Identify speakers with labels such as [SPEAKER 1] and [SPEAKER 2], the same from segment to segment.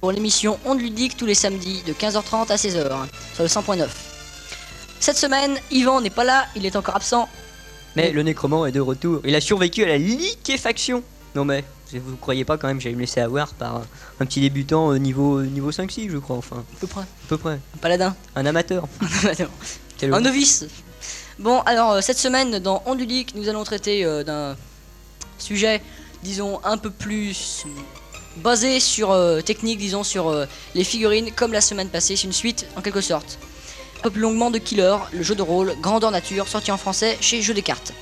[SPEAKER 1] pour l'émission Onde Ludique tous les samedis de 15h30 à 16h sur le 100.9. Cette semaine, Yvan n'est pas là, il est encore absent.
[SPEAKER 2] Mais le nécromant est de retour. Il a survécu à la liquéfaction. Non mais, vous vous croyez pas quand même, j'allais me laisser avoir par un, un petit débutant euh, niveau, niveau 5-6 je crois, enfin,
[SPEAKER 1] À peu près.
[SPEAKER 2] à peu près.
[SPEAKER 1] Un paladin.
[SPEAKER 2] Un amateur. Quel
[SPEAKER 1] un
[SPEAKER 2] horreur.
[SPEAKER 1] novice. Bon, alors euh, cette semaine dans Onde Ludique, nous allons traiter euh, d'un sujet, disons, un peu plus euh, basé sur euh, technique, disons, sur euh, les figurines, comme la semaine passée. C'est une suite, en quelque sorte. Un peu plus longuement de Killer, le jeu de rôle, grandeur nature, sorti en français chez Jeux des cartes.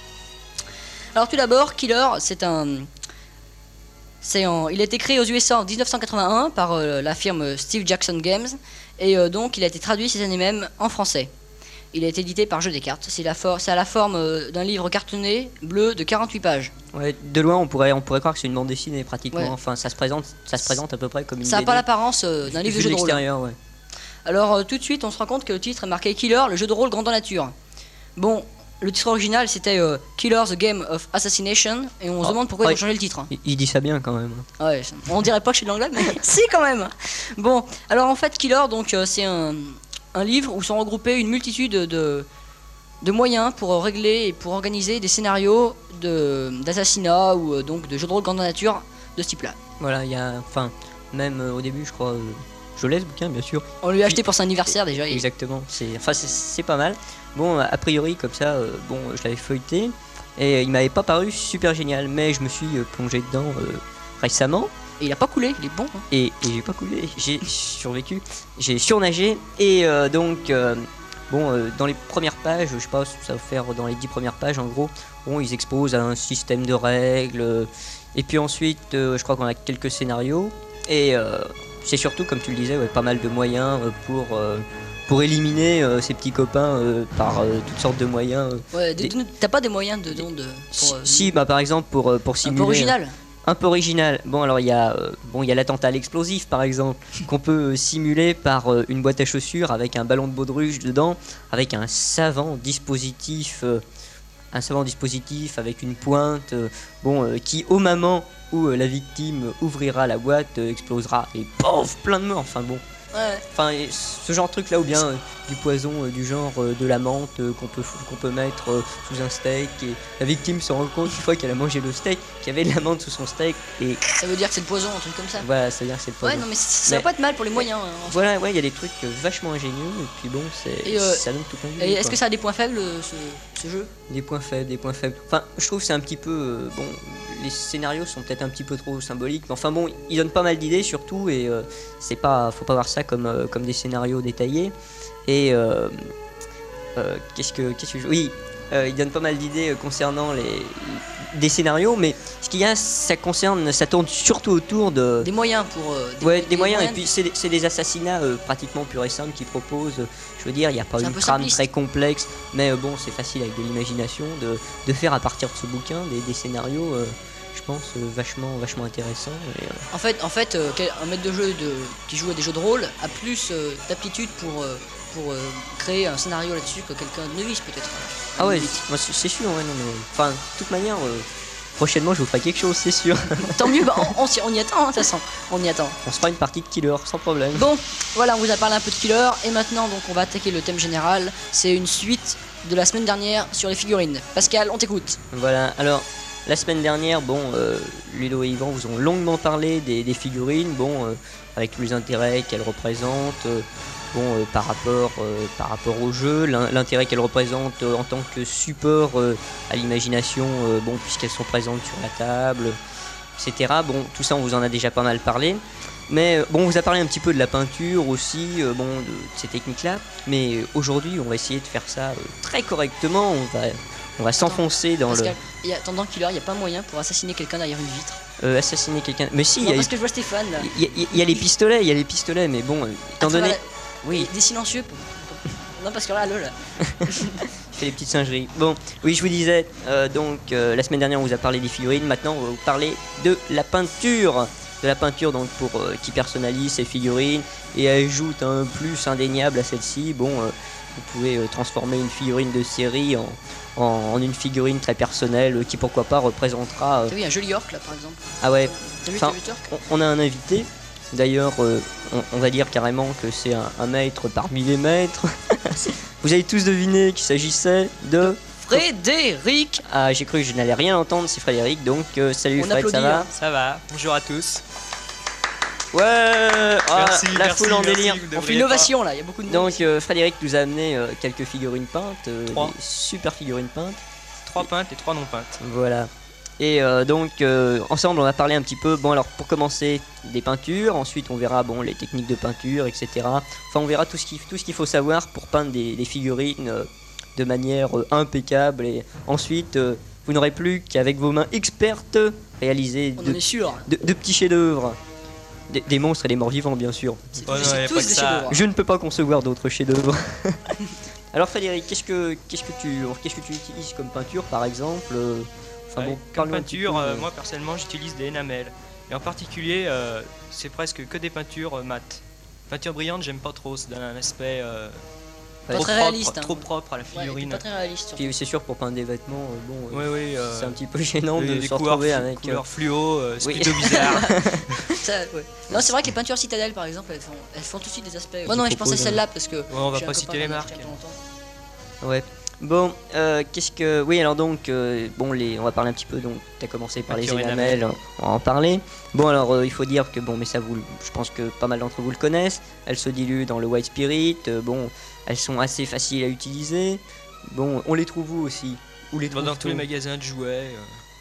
[SPEAKER 1] Alors tout d'abord, Killer, c'est un. C'est en... Il a été créé aux USA en 1981 par euh, la firme Steve Jackson Games et euh, donc il a été traduit ces années même en français. Il a été édité par Jeux des cartes. C'est la for- c'est à la forme euh, d'un livre cartonné bleu de 48 pages.
[SPEAKER 2] Ouais, de loin on pourrait, on pourrait croire que c'est une bande dessinée pratiquement.
[SPEAKER 1] Ouais.
[SPEAKER 2] Enfin ça se présente, ça se présente à peu près comme une.
[SPEAKER 1] Ça n'a
[SPEAKER 2] BD.
[SPEAKER 1] pas l'apparence euh, d'un livre de
[SPEAKER 2] Vu
[SPEAKER 1] jeu de rôle.
[SPEAKER 2] l'extérieur, ouais.
[SPEAKER 1] Alors euh, tout de suite, on se rend compte que le titre est marqué Killer, le jeu de rôle grandeur nature. Bon, le titre original c'était euh, Killer the Game of Assassination et on se
[SPEAKER 2] Oh,
[SPEAKER 1] demande pourquoi
[SPEAKER 2] ouais.
[SPEAKER 1] ils ont changé le titre.
[SPEAKER 2] Il, il dit ça bien quand même. hein.
[SPEAKER 1] Ouais, ça- on dirait pas que je suis de l'anglais, mais si quand même. Bon, alors en fait, Killer, donc euh, c'est un, un livre où sont regroupés une multitude de, de moyens pour euh, régler et pour organiser des scénarios de- d'assassinats ou euh, donc de jeux de rôle grande nature de ce type-là.
[SPEAKER 2] Voilà, il y a, enfin, même euh, au début je crois, euh, je laisse le bouquin bien sûr.
[SPEAKER 1] On lui a acheté pour son anniversaire déjà. et-
[SPEAKER 2] Exactement, c'est enfin, c'est- c'est pas mal. Bon, a priori, comme ça, euh, bon, je l'avais feuilleté et il m'avait pas paru super génial, mais je me suis euh, plongé dedans euh, récemment
[SPEAKER 1] et il a pas coulé, il est bon. hein.
[SPEAKER 2] et, et j'ai pas coulé, j'ai survécu, j'ai surnagé et euh, donc. euh, Bon, euh, dans les premières pages, je sais pas, ça va faire dans les dix premières pages en gros, bon, ils exposent un système de règles, euh, et puis ensuite, euh, je crois qu'on a quelques scénarios, et euh, c'est surtout, comme tu le disais, ouais, pas mal de moyens euh, pour, euh, pour éliminer euh, ces petits copains euh, par euh, toutes sortes de moyens. euh.
[SPEAKER 1] Ouais, des- T'as pas des moyens de. de, de
[SPEAKER 2] Si,
[SPEAKER 1] pour, euh,
[SPEAKER 2] si, bah, par exemple, pour, euh, pour
[SPEAKER 1] un
[SPEAKER 2] simuler.
[SPEAKER 1] peu original.
[SPEAKER 2] Un peu original. Bon, alors il y a, euh, bon, il y a l'attentat à l'explosif, par exemple, qu'on peut euh, simuler par euh, une boîte à chaussures avec un ballon de baudruche dedans, avec un savant dispositif, euh, un savant dispositif avec une pointe, euh, bon, euh, qui au moment où euh, la victime ouvrira la boîte, euh, explosera et pof, plein de morts. Enfin bon,
[SPEAKER 1] Ouais.
[SPEAKER 2] enfin et ce genre de truc là ou bien euh, du poison euh, du genre euh, de la menthe euh, qu'on peut fou- qu'on peut mettre euh, sous un steak et la victime se rend compte une fois qu'elle a mangé le steak qu'il y avait de la menthe sous son steak et
[SPEAKER 1] Ça veut dire que c'est le poison, un truc comme ça.
[SPEAKER 2] voilà c'est à dire que c'est le
[SPEAKER 1] Ouais, non,
[SPEAKER 2] poison.
[SPEAKER 1] mais c- ça va
[SPEAKER 2] Mais-
[SPEAKER 1] pas être mal pour les moyens. hein, en fait.
[SPEAKER 2] voilà ouais il y a des trucs euh, vachement ingénieux et puis bon c'est
[SPEAKER 1] Et, euh,
[SPEAKER 2] ça donne tout plein de
[SPEAKER 1] Et
[SPEAKER 2] vie,
[SPEAKER 1] Est-ce
[SPEAKER 2] quoi.
[SPEAKER 1] que ça a des points faibles euh, ce- ce jeu
[SPEAKER 2] des points faibles des points faibles enfin je trouve que c'est un petit peu euh, bon les scénarios sont peut-être un petit peu trop symboliques mais enfin bon ils donnent pas mal d'idées surtout et euh, c'est pas faut pas voir ça comme euh, comme des scénarios détaillés et euh, euh, qu'est-ce que qu'est-ce que je... oui euh, il donne pas mal d'idées euh, concernant les des scénarios mais ce qu'il y a ça concerne ça tourne surtout autour de
[SPEAKER 1] des moyens pour euh,
[SPEAKER 2] Ouais, des, moyens, et puis c'est des- c'est des assassinats euh, pratiquement purs et simples qui proposent. euh, je veux dire, il n'y a pas
[SPEAKER 1] C'est un
[SPEAKER 2] une
[SPEAKER 1] peu
[SPEAKER 2] trame
[SPEAKER 1] simpliste.
[SPEAKER 2] très complexe, mais euh, bon, c'est facile avec de l'imagination de, de faire à partir de ce bouquin des, des scénarios, euh, je pense, euh, vachement, vachement intéressants. et, euh,
[SPEAKER 1] en fait en fait euh, quel- un maître de jeu de, qui joue à des jeux de rôle a plus euh, d'aptitude pour euh, pour euh, créer un scénario là-dessus que quelqu'un de novice peut-être
[SPEAKER 2] Ah ouais,
[SPEAKER 1] Limite.
[SPEAKER 2] moi, c'est c'est sûr, ouais, non, mais. Enfin, de toute manière, euh, prochainement, je vous ferai quelque chose, c'est sûr.
[SPEAKER 1] tant mieux bah, on, on s'y- on y attend hein, de toute façon on y attend
[SPEAKER 2] On se fera une partie de killer, sans problème.
[SPEAKER 1] bon voilà on vous a parlé un peu de killer et maintenant donc on va attaquer le thème général c'est une suite de la semaine dernière sur les figurines Pascal on t'écoute
[SPEAKER 2] Voilà, alors la semaine dernière, bon, euh, Ludo et Yvan vous ont longuement parlé des, des figurines, bon, euh, avec tous les intérêts qu'elles représentent, euh, bon, euh, par, rapport, euh, par rapport au jeu, l'in- l'intérêt qu'elles représentent euh, en tant que support euh, à l'imagination, euh, bon, puisqu'elles sont présentes sur la table, etc. Bon, tout ça, on vous en a déjà pas mal parlé. Mais euh, bon, on vous a parlé un petit peu de la peinture aussi, euh, bon, de, de ces techniques-là. Mais euh, aujourd'hui, on va essayer de faire ça euh, très correctement. On va, on va s'enfoncer dans le.
[SPEAKER 1] Pascal et attendant killer il n'y a pas moyen pour assassiner quelqu'un derrière une vitre
[SPEAKER 2] Euh, assassiner quelqu'un. Mais si, il
[SPEAKER 1] non,
[SPEAKER 2] y, a-
[SPEAKER 1] parce que je vois Stéphane là Ah,
[SPEAKER 2] il y a- il y a les pistolets, il y a les pistolets, mais bon, euh, étant
[SPEAKER 1] Attends,
[SPEAKER 2] donné.
[SPEAKER 1] là,
[SPEAKER 2] Oui,
[SPEAKER 1] des silencieux pour- non parce que là lol
[SPEAKER 2] je fais les petites singeries. Bon, oui, je vous disais, euh, donc euh, la semaine dernière, on vous a parlé des figurines, maintenant, on va vous parler de la peinture. De la peinture, donc, pour euh, qui personnalise ses figurines et ajoute un plus indéniable à celle-ci. Bon, euh, vous pouvez euh, transformer une figurine de série en, en, en une figurine très personnelle euh, qui,
[SPEAKER 1] Ah
[SPEAKER 2] pourquoi pas, représentera. euh,
[SPEAKER 1] t'as vu un joli York là par exemple
[SPEAKER 2] ah ouais,
[SPEAKER 1] T'as vu,
[SPEAKER 2] Enfin,
[SPEAKER 1] t'as vu Turk
[SPEAKER 2] on, on a un invité D'ailleurs, euh, on, on va dire carrément que c'est un, un maître parmi les maîtres. Vous avez tous deviné qu'il s'agissait de.
[SPEAKER 1] Frédéric
[SPEAKER 2] Ah, j'ai cru que je n'allais rien entendre, c'est Frédéric, donc euh, salut
[SPEAKER 1] On
[SPEAKER 2] Fred, ça
[SPEAKER 1] applaudit,
[SPEAKER 2] va
[SPEAKER 1] hein.
[SPEAKER 3] Ça va, bonjour à tous.
[SPEAKER 2] Ouais ah,
[SPEAKER 3] merci,
[SPEAKER 2] La
[SPEAKER 3] merci,
[SPEAKER 2] foule en
[SPEAKER 3] merci,
[SPEAKER 2] délire
[SPEAKER 3] vous
[SPEAKER 1] On fait
[SPEAKER 3] devriez
[SPEAKER 1] une ovation là, il y a beaucoup de monde.
[SPEAKER 2] Donc euh, Frédéric nous a amené euh, quelques figurines peintes, euh,
[SPEAKER 3] Trois.
[SPEAKER 2] des super figurines peintes.
[SPEAKER 3] pas. Trois peintes et trois non peintes.
[SPEAKER 2] Voilà. Et euh, donc euh, ensemble on va parler un petit peu, bon alors pour commencer des peintures, ensuite on verra bon les techniques de peinture, etc. Enfin on verra tout ce qu'il tout ce qu'il faut savoir pour peindre des, des figurines euh, de manière euh, impeccable et ensuite euh, vous n'aurez plus qu'avec vos mains expertes réaliser
[SPEAKER 1] On
[SPEAKER 2] de,
[SPEAKER 1] en est sûr. hein.
[SPEAKER 2] de- de petits chefs-d'œuvre. Des, des monstres et des morts vivants bien sûr.
[SPEAKER 1] C'est
[SPEAKER 3] Ouais,
[SPEAKER 1] tous-
[SPEAKER 3] ouais,
[SPEAKER 1] c'est
[SPEAKER 3] Oh y a
[SPEAKER 1] tous
[SPEAKER 3] pas
[SPEAKER 1] des hein.
[SPEAKER 3] que ça.
[SPEAKER 1] chefs-d'œuvre.
[SPEAKER 2] Je ne peux pas concevoir d'autres chefs-d'œuvre. Alors Frédéric, qu'est-ce que qu'est-ce que tu qu'est-ce que tu utilises comme peinture par exemple euh, Enfin
[SPEAKER 3] Ouais,
[SPEAKER 2] bon,
[SPEAKER 3] comme
[SPEAKER 2] parle-nous un petit
[SPEAKER 3] peinture,
[SPEAKER 2] peu,
[SPEAKER 3] euh,
[SPEAKER 2] euh,
[SPEAKER 3] moi personnellement j'utilise des énamels. Et en particulier, euh, c'est presque que des peintures euh, mates. Peinture brillante, j'aime pas trop, c'est d'un aspect euh,
[SPEAKER 1] Pas
[SPEAKER 3] trop,
[SPEAKER 1] très
[SPEAKER 3] propre,
[SPEAKER 1] réaliste, hein.
[SPEAKER 3] trop propre à la
[SPEAKER 1] Ouais, et puis
[SPEAKER 3] figurine.
[SPEAKER 1] pas très réaliste. surtout.
[SPEAKER 2] Puis c'est sûr pour peindre des vêtements, euh, bon,
[SPEAKER 3] Oui,
[SPEAKER 2] euh,
[SPEAKER 3] oui. euh,
[SPEAKER 2] c'est un petit peu gênant
[SPEAKER 3] les-
[SPEAKER 2] de
[SPEAKER 3] les
[SPEAKER 2] se
[SPEAKER 3] couleurs,
[SPEAKER 2] retrouver
[SPEAKER 3] flu-
[SPEAKER 2] avec. euh,
[SPEAKER 3] couleurs fluo, euh, c'est
[SPEAKER 2] oui.
[SPEAKER 3] plutôt bizarre.
[SPEAKER 1] Ça, ouais. Non, c'est vrai que les peintures citadelles par exemple, elles font, elles font tout de suite des aspects. Moi non,
[SPEAKER 2] propose,
[SPEAKER 1] je pensais à
[SPEAKER 2] euh,
[SPEAKER 1] celle-là parce que.
[SPEAKER 3] Ouais, on va
[SPEAKER 1] j'ai un
[SPEAKER 3] pas
[SPEAKER 1] copain
[SPEAKER 3] citer les
[SPEAKER 1] qui en a acheté il
[SPEAKER 3] marques.
[SPEAKER 1] y a pas longtemps.
[SPEAKER 2] Ouais. Bon, euh, qu'est-ce que. Oui, alors donc, euh, bon, les... on va parler un petit peu. Donc, tu as commencé par les
[SPEAKER 3] Peinture
[SPEAKER 2] énamels, on va en parler. Bon, alors, euh, il faut dire que, bon, mais ça, vous, le- je pense que pas mal d'entre vous le connaissent. Elles se diluent dans le White Spirit. euh, bon, elles sont assez faciles à utiliser. Bon, on les trouve où aussi Où les
[SPEAKER 3] Dans tous les
[SPEAKER 2] trouve-t-on
[SPEAKER 3] magasins de jouets. euh,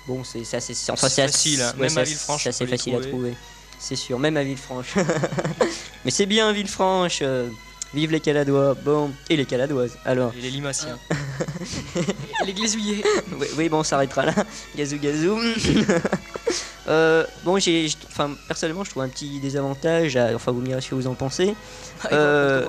[SPEAKER 2] Bon, c'est c'est assez, c'est- enfin,
[SPEAKER 3] C'est
[SPEAKER 2] c'est assez-
[SPEAKER 3] facile, hein.
[SPEAKER 2] ouais,
[SPEAKER 3] Même
[SPEAKER 2] c'est
[SPEAKER 3] à
[SPEAKER 2] assez-
[SPEAKER 3] Villefranche,
[SPEAKER 2] c'est
[SPEAKER 3] on
[SPEAKER 2] assez
[SPEAKER 3] peut les
[SPEAKER 2] facile à
[SPEAKER 3] trouver.
[SPEAKER 2] trouver. C'est sûr, même à Villefranche. Mais c'est bien Villefranche. euh, vive les Caladois. Bon, et les Caladoises. Alors,
[SPEAKER 3] et les limaciens.
[SPEAKER 1] Et Les glézouillés.
[SPEAKER 2] oui, oui, bon, on s'arrêtera là. Gazou, gazou. Euh, bon, j'ai, j'ai- enfin, personnellement, je trouve un petit désavantage. à- enfin, vous me direz ce que vous en pensez. Euh,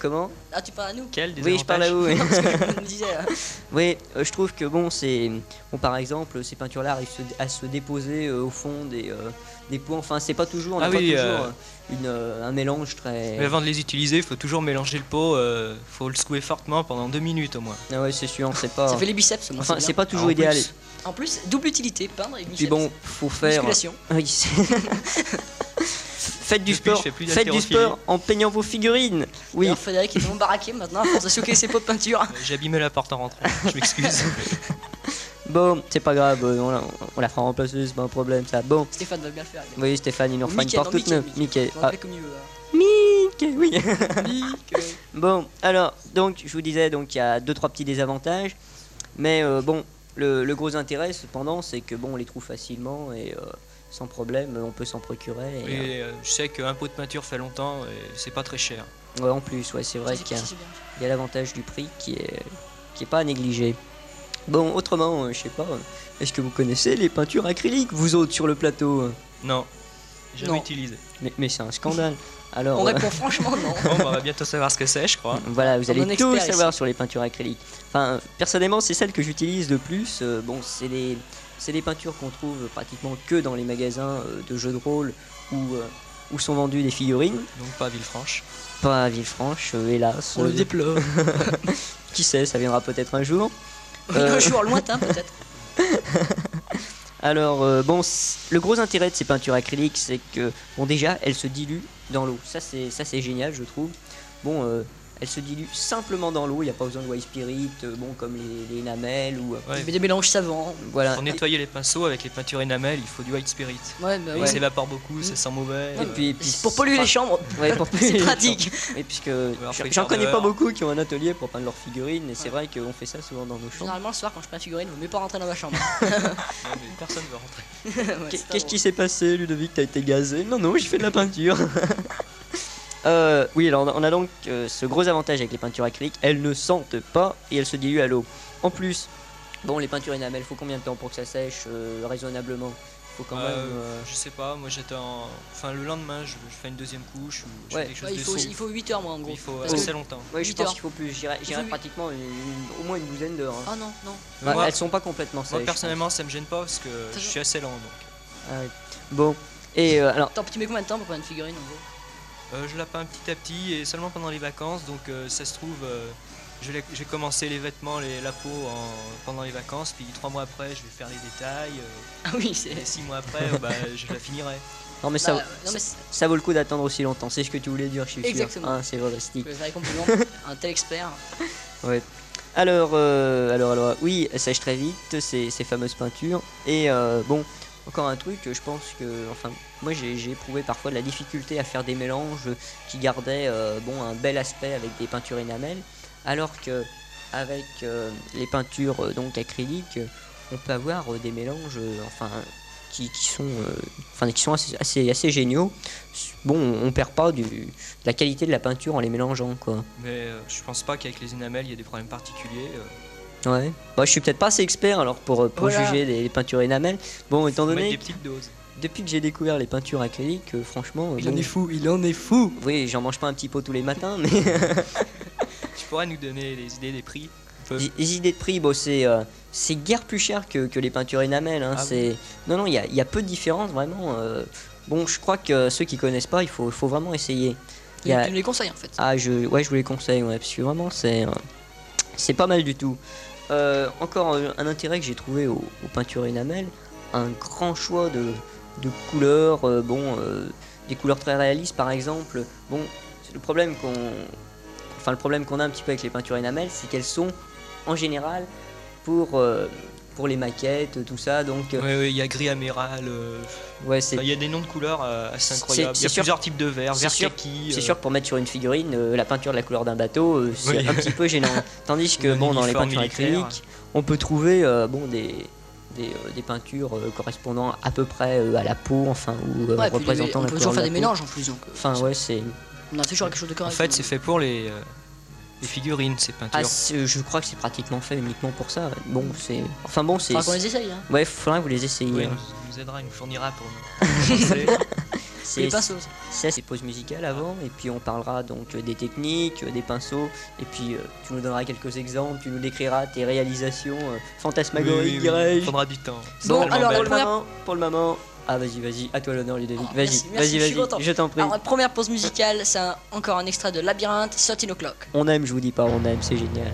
[SPEAKER 2] Comment
[SPEAKER 1] Ah, tu parles à nous
[SPEAKER 3] Quel
[SPEAKER 2] Oui, je parle à
[SPEAKER 3] désavantage.
[SPEAKER 2] vous. oui.
[SPEAKER 1] Parce que je me disais. euh,
[SPEAKER 2] Oui, euh, je trouve que bon, c'est bon par exemple, ces peintures-là arrivent se- à se déposer euh, au fond des euh, des pots. Enfin, c'est pas toujours, on n'a
[SPEAKER 3] Ah
[SPEAKER 2] pas
[SPEAKER 3] oui,
[SPEAKER 2] toujours
[SPEAKER 3] euh,
[SPEAKER 2] euh, une, euh, un mélange très.
[SPEAKER 3] Mais avant de les utiliser, il faut toujours mélanger le pot, euh, faut le secouer fortement pendant deux minutes au moins.
[SPEAKER 2] Ah ouais, c'est sûr, c'est pas.
[SPEAKER 1] Ça fait les biceps, moi.
[SPEAKER 2] Enfin, c'est
[SPEAKER 1] c'est bien.
[SPEAKER 2] pas toujours
[SPEAKER 3] Ah, en
[SPEAKER 2] idéal.
[SPEAKER 3] plus,
[SPEAKER 1] En plus, double utilité, peindre et biceps.
[SPEAKER 2] Puis bon, faut faire. euh,
[SPEAKER 1] musculation.
[SPEAKER 2] Oui, c'est- Faites du
[SPEAKER 3] Depuis,
[SPEAKER 2] sport.
[SPEAKER 3] je fais plus
[SPEAKER 2] Faites du
[SPEAKER 3] d'haltérophilie.
[SPEAKER 2] sport en peignant vos figurines. Oui.
[SPEAKER 1] D'ailleurs, Frédéric est vraiment baraqué maintenant pour se souquer ses pots de peinture.
[SPEAKER 3] Euh, J'ai abîmé la porte en rentrant, je m'excuse.
[SPEAKER 2] Bon, c'est pas grave. euh, On la, on la fera remplacer, c'est pas un problème ça. Bon.
[SPEAKER 1] Stéphane va bien le faire. il est-
[SPEAKER 2] Oui, Stéphane, il nous refera une
[SPEAKER 1] Mickey,
[SPEAKER 2] porte
[SPEAKER 1] non,
[SPEAKER 2] toute neuve. Mickey.
[SPEAKER 1] Faut
[SPEAKER 2] Ah,
[SPEAKER 1] l'appeler comme il veut, hein.
[SPEAKER 2] Mickey, oui.
[SPEAKER 1] Mickey.
[SPEAKER 2] Bon, alors, donc, je vous disais, donc, il y a deux, trois petits désavantages. Mais euh, bon, le, le gros intérêt, cependant, c'est que bon, on les trouve facilement et euh, sans problème, on peut s'en procurer. Et,
[SPEAKER 3] Et euh, je sais qu'un pot de peinture fait longtemps et c'est pas très cher.
[SPEAKER 2] euh, ouais, en plus, ouais, c'est vrai
[SPEAKER 1] Ça, c'est-
[SPEAKER 2] qu'il y a,
[SPEAKER 1] ça, c'est bien.
[SPEAKER 2] il y a l'avantage du prix qui est, qui est pas à négliger. Bon, autrement, euh, je sais pas, euh, est-ce que vous connaissez les peintures acryliques, vous autres, sur le plateau euh
[SPEAKER 3] Non, jamais
[SPEAKER 1] Non.
[SPEAKER 3] utilisé.
[SPEAKER 2] Mais, mais c'est un scandale. Alors,
[SPEAKER 1] On
[SPEAKER 2] euh,
[SPEAKER 1] répond franchement non.
[SPEAKER 3] Bon, bah, on va bientôt savoir ce que c'est, je crois.
[SPEAKER 2] Voilà, vous
[SPEAKER 1] On
[SPEAKER 2] allez
[SPEAKER 1] en est
[SPEAKER 2] tout
[SPEAKER 1] expert
[SPEAKER 2] savoir sur les peintures acryliques. Enfin, personnellement, c'est celle que j'utilise le plus. Euh, bon, c'est des, c'est des peintures qu'on trouve pratiquement que dans les magasins euh, de jeux de rôle où, euh, où sont vendues des figurines.
[SPEAKER 3] Donc pas à Villefranche.
[SPEAKER 2] Pas à Villefranche, euh, hélas.
[SPEAKER 1] On le
[SPEAKER 2] Euh,
[SPEAKER 1] déplore.
[SPEAKER 2] qui sait, ça viendra peut-être un jour. Euh,
[SPEAKER 1] Un jour lointain peut-être.
[SPEAKER 2] Alors, euh, bon, c- le gros intérêt de ces peintures acryliques, c'est que, bon, déjà, elles se diluent dans l'eau. Ça, c'est ça, c'est génial, je trouve. Bon, euh, elles se diluent simplement dans l'eau. Il n'y a pas besoin de white spirit, euh, bon, comme les, les enamels ou. euh,
[SPEAKER 3] Ouais.
[SPEAKER 1] Il fait des mélanges savants.
[SPEAKER 2] Voilà.
[SPEAKER 3] Pour nettoyer les pinceaux avec les peintures énamel, il faut du white spirit.
[SPEAKER 1] Ouais, bah
[SPEAKER 3] Et
[SPEAKER 1] ouais.
[SPEAKER 3] Il s'évapore beaucoup, ça sent mauvais.
[SPEAKER 2] Et
[SPEAKER 3] euh,
[SPEAKER 2] puis, et puis-
[SPEAKER 1] Pour polluer les chambres,
[SPEAKER 2] Ouais, pour polluer
[SPEAKER 1] c'est
[SPEAKER 2] les
[SPEAKER 1] pratique.
[SPEAKER 2] champs. Et puisque
[SPEAKER 3] alors,
[SPEAKER 2] j'en-
[SPEAKER 3] fait
[SPEAKER 2] j'en
[SPEAKER 3] quart
[SPEAKER 2] connais pas
[SPEAKER 3] d'heure.
[SPEAKER 2] beaucoup qui ont un atelier pour peindre leurs figurines, et c'est
[SPEAKER 1] Ouais.
[SPEAKER 2] vrai qu'on fait ça souvent dans nos chambres.
[SPEAKER 1] Généralement, le soir, quand je prends la figurine, il vaut mieux pas rentrer dans ma chambre.
[SPEAKER 3] non, mais personne ne veut rentrer.
[SPEAKER 1] Ouais, c'est
[SPEAKER 2] Qu'est-
[SPEAKER 1] pas
[SPEAKER 2] Qu'est-ce
[SPEAKER 1] bon.
[SPEAKER 2] qui s'est passé, Ludovic T'as été gazé Non, non, j'ai fait de la peinture. Euh, oui, alors on a donc euh, ce gros avantage avec les peintures acryliques, elles ne sentent pas et elles se diluent à l'eau. En plus, bon, les peintures énamel, faut combien de temps pour que ça sèche euh, raisonnablement Faut quand
[SPEAKER 3] Euh,
[SPEAKER 2] même. euh,
[SPEAKER 3] Je sais pas, moi j'attends. Enfin, le lendemain, je, je fais une deuxième couche ou je
[SPEAKER 2] Ouais.
[SPEAKER 3] fais quelque chose
[SPEAKER 1] Ouais, il,
[SPEAKER 3] de
[SPEAKER 1] faut,
[SPEAKER 3] souple.
[SPEAKER 1] il faut 8 heures, moi, en gros.
[SPEAKER 3] Il faut
[SPEAKER 1] Parce
[SPEAKER 2] euh,
[SPEAKER 1] que-
[SPEAKER 3] assez longtemps.
[SPEAKER 2] Ouais, je
[SPEAKER 1] huit
[SPEAKER 2] pense
[SPEAKER 1] heures.
[SPEAKER 2] qu'il faut plus, j'irais j'irais
[SPEAKER 1] huit-
[SPEAKER 2] pratiquement une- une- au moins une douzaine d'heures. hein.
[SPEAKER 1] Oh non, non.
[SPEAKER 3] Mais
[SPEAKER 2] Bah,
[SPEAKER 3] moi,
[SPEAKER 2] elles sont pas complètement
[SPEAKER 3] moi,
[SPEAKER 2] sèches.
[SPEAKER 3] personnellement, ça me gêne pas parce que je suis assez lent donc.
[SPEAKER 2] Ah oui. Bon. Et euh, alors,
[SPEAKER 1] Attends, tu mets combien de temps pour prendre une figurine, en gros
[SPEAKER 3] Euh, je la peins petit à petit et seulement pendant les vacances, donc euh, ça se trouve, euh, je l'ai- j'ai commencé les vêtements, les, la peau en- pendant les vacances, puis trois mois après, je vais faire les détails, euh,
[SPEAKER 1] Ah oui, c'est...
[SPEAKER 3] et six mois après, euh, bah, je la finirai.
[SPEAKER 2] Non mais ça,
[SPEAKER 1] Bah, non, mais c'est-
[SPEAKER 2] ça vaut le coup d'attendre aussi longtemps. C'est ce que tu voulais dire, je suis sûr.
[SPEAKER 1] Exactement.
[SPEAKER 2] Hein, c'est vrai, Steve.
[SPEAKER 1] vous avez compliment, un tel expert.
[SPEAKER 2] Ouais. Alors, euh, alors, alors, oui, elle sèche très vite ces, ces fameuses peintures. Et euh, bon, encore un truc, je pense que, enfin, moi j'ai j'ai éprouvé parfois de la difficulté à faire des mélanges qui gardaient euh, bon, un bel aspect avec des peintures énamelles, alors que avec euh, les peintures euh, donc acryliques, euh, on peut avoir euh, des mélanges, euh, enfin, qui, qui sont, euh, enfin, qui sont assez, assez, assez géniaux. Bon, on perd pas du, de la qualité de la peinture en les mélangeant, quoi.
[SPEAKER 3] Mais euh, je pense pas qu'avec les énamels, il y a des problèmes particuliers. euh,
[SPEAKER 2] Ouais. Bah, je suis peut-être pas assez expert alors pour, euh, pour
[SPEAKER 1] Voilà.
[SPEAKER 2] juger des peintures énamel. Bon, étant
[SPEAKER 3] faut mettre
[SPEAKER 2] donné
[SPEAKER 3] Bah, des
[SPEAKER 2] que
[SPEAKER 3] petites doses.
[SPEAKER 2] depuis que j'ai découvert les peintures acryliques, euh, franchement. euh, bon,
[SPEAKER 1] fou, il en est fou.
[SPEAKER 2] Oui, j'en mange pas un petit pot tous les matins, mais
[SPEAKER 3] Tu pourrais nous donner les idées des prix
[SPEAKER 2] les- les idées de prix, bon, c'est euh, c'est guère plus cher que, que les peintures énamel. hein,
[SPEAKER 3] Ah
[SPEAKER 2] c'est non, non, il y a, il y a peu de différence vraiment. euh, Bon, je crois que ceux qui connaissent pas, il faut, faut vraiment essayer. Il y a-
[SPEAKER 1] Tu me les conseilles en fait.
[SPEAKER 2] Ah, je, ouais, je vous les conseille, ouais, parce que vraiment, c'est, euh, c'est pas mal du tout. Euh, encore euh, un intérêt que j'ai trouvé aux, aux peintures énamel, un grand choix de, de couleurs, euh, bon, euh, des couleurs très réalistes par exemple. Bon, c'est le problème qu'on, enfin le problème qu'on a un petit peu avec les peintures énamel, c'est qu'elles sont en général pour euh, pour les maquettes, tout ça, donc euh,
[SPEAKER 3] Ouais, ouais, il y a gris améral, euh,
[SPEAKER 2] ouais, c'est
[SPEAKER 3] enfin, il y a des noms de couleurs euh, assez
[SPEAKER 2] C'est-
[SPEAKER 3] incroyables.
[SPEAKER 2] c'est
[SPEAKER 3] Il y a
[SPEAKER 2] sûr-
[SPEAKER 3] plusieurs types de verres,
[SPEAKER 2] c'est
[SPEAKER 3] vert
[SPEAKER 2] sûr-
[SPEAKER 3] kaki,
[SPEAKER 2] C'est
[SPEAKER 3] euh,
[SPEAKER 2] sûr que pour mettre sur une figurine euh, la peinture de la couleur d'un bateau, euh, c'est
[SPEAKER 3] Oui.
[SPEAKER 2] un petit peu gênant. Tandis que
[SPEAKER 3] Ou un
[SPEAKER 2] bon, dans les
[SPEAKER 3] uniforme
[SPEAKER 2] peintures
[SPEAKER 3] militaire.
[SPEAKER 2] acryliques, on peut trouver euh, bon des des, euh, des peintures euh, correspondant à peu près euh, à la peau, enfin ou euh,
[SPEAKER 1] Ouais, puis les-
[SPEAKER 2] représentant
[SPEAKER 1] on
[SPEAKER 2] la
[SPEAKER 1] peut
[SPEAKER 2] couleur
[SPEAKER 1] toujours
[SPEAKER 2] de
[SPEAKER 1] faire
[SPEAKER 2] la
[SPEAKER 1] des
[SPEAKER 2] peau.
[SPEAKER 1] mélanges en plus donc. euh,
[SPEAKER 2] Enfin
[SPEAKER 1] c'est-
[SPEAKER 2] ouais, c'est
[SPEAKER 1] On a fait toujours quelque chose de
[SPEAKER 3] En
[SPEAKER 1] correct.
[SPEAKER 3] fait, c'est fait pour les, euh, les figurines, ces peintures.
[SPEAKER 2] ah, c'est- je crois que c'est pratiquement fait uniquement pour ça. Bon, c'est enfin bon, c'est
[SPEAKER 1] Faudra qu'on les essaye. Hein.
[SPEAKER 2] ouais, faudra que vous les essayez.
[SPEAKER 3] Oui, il
[SPEAKER 2] hein.
[SPEAKER 3] nous, nous aidera, il nous fournira pour nous. C'est-
[SPEAKER 2] C'est
[SPEAKER 1] Les pinceaux.
[SPEAKER 2] c'est ces pauses musicales avant et puis on parlera donc euh, des techniques, euh, des pinceaux et puis euh, tu nous donneras quelques exemples, tu nous décriras tes réalisations euh, fantasmagoriques,
[SPEAKER 3] Oui, oui, oui,
[SPEAKER 2] dirais-je.
[SPEAKER 3] Il faudra du temps. C'est
[SPEAKER 1] Bon,
[SPEAKER 3] tellement
[SPEAKER 1] alors,
[SPEAKER 2] pour
[SPEAKER 3] belle.
[SPEAKER 2] le
[SPEAKER 1] première-
[SPEAKER 2] moment, pour le moment. Ah vas-y, vas-y, à toi l'honneur Ludovic.
[SPEAKER 1] Oh, merci,
[SPEAKER 2] vas-y,
[SPEAKER 1] merci,
[SPEAKER 2] vas-y,
[SPEAKER 1] je suis content.
[SPEAKER 2] vas-y. Je t'en prie.
[SPEAKER 1] Alors, première pause musicale, c'est un- encore un extrait de Labyrinthe, 13 O'Clock.
[SPEAKER 2] On aime, je vous dis pas, on aime, c'est génial.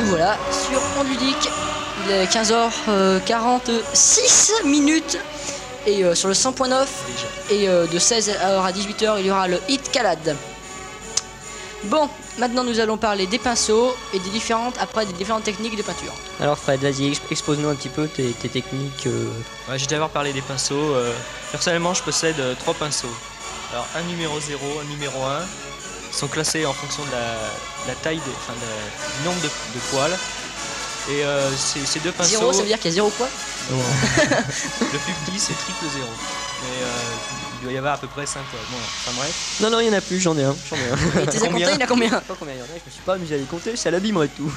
[SPEAKER 1] Nous voilà sur Onde Ludique. Il est 15h46 minutes. Et euh, sur le 100.9, et euh, de 16h à 18h, il y aura le Hit Calade. Bon, maintenant nous allons parler des pinceaux et des différentes, après des différentes techniques de peinture.
[SPEAKER 2] Alors Fred, vas-y, exp- expose-nous un petit peu tes, tes techniques. euh,
[SPEAKER 3] Ouais, J'ai d'abord parlé des pinceaux. euh, personnellement, je possède euh, trois pinceaux. Alors, un numéro 0, un numéro 1 sont classés en fonction de la, la taille, des, enfin, de la- du nombre de, de poils. Et euh, ces, ces deux pinceaux,
[SPEAKER 1] Zéro, ça veut dire qu'il y a zéro quoi
[SPEAKER 3] non. le plus petit c'est triple zéro. Mais euh, il doit y avoir à peu près 5 poils. Bon, enfin bref.
[SPEAKER 2] Non, non, il y en a plus, j'en ai un. J'en ai un.
[SPEAKER 1] Et t'es à
[SPEAKER 3] Combien
[SPEAKER 1] compter, il y en a combien
[SPEAKER 2] Je sais pas combien il y en a, je me suis pas amusé à les compter, ça l'abîmerait tout.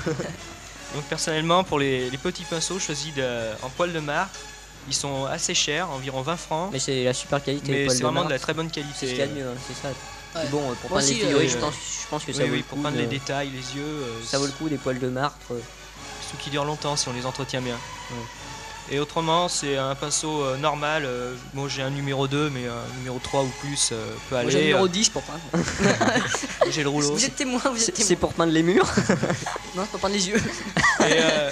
[SPEAKER 3] Donc personnellement, pour les, les petits pinceaux, je choisis de- en poils de marbre. Ils sont assez chers, environ 20 francs.
[SPEAKER 2] Mais c'est la super qualité.
[SPEAKER 3] Mais
[SPEAKER 2] Paul
[SPEAKER 3] c'est vraiment
[SPEAKER 2] Demar.
[SPEAKER 3] de la très bonne
[SPEAKER 2] C'est
[SPEAKER 3] qualité.
[SPEAKER 2] ce qu'il y a de mieux, hein, c'est ça.
[SPEAKER 1] Ouais.
[SPEAKER 2] Et Bon, euh, pour
[SPEAKER 1] Moi
[SPEAKER 2] prendre les
[SPEAKER 1] aussi,
[SPEAKER 2] figurines,
[SPEAKER 3] euh,
[SPEAKER 2] je, pense, je pense que ça
[SPEAKER 3] Oui,
[SPEAKER 2] vaut
[SPEAKER 3] oui,
[SPEAKER 2] le
[SPEAKER 3] pour
[SPEAKER 2] coup
[SPEAKER 3] prendre
[SPEAKER 2] de-
[SPEAKER 3] les détails, les yeux, euh,
[SPEAKER 2] Ça vaut le coup des poils de martre. euh.
[SPEAKER 3] tout qui dure longtemps si on les entretient bien. Et autrement, c'est un pinceau euh, normal. euh, bon, j'ai un numéro 2, mais euh, un numéro 3 ou plus euh, peut
[SPEAKER 1] Moi, J'ai le
[SPEAKER 3] aller.
[SPEAKER 1] numéro
[SPEAKER 3] euh,
[SPEAKER 1] 10 pour peindre.
[SPEAKER 3] J'ai le rouleau.
[SPEAKER 1] Vous êtes témoin, vous êtes
[SPEAKER 2] C'est
[SPEAKER 1] témoin.
[SPEAKER 2] c'est pour peindre les murs
[SPEAKER 1] Non, c'est pour peindre les yeux.
[SPEAKER 3] Et, euh,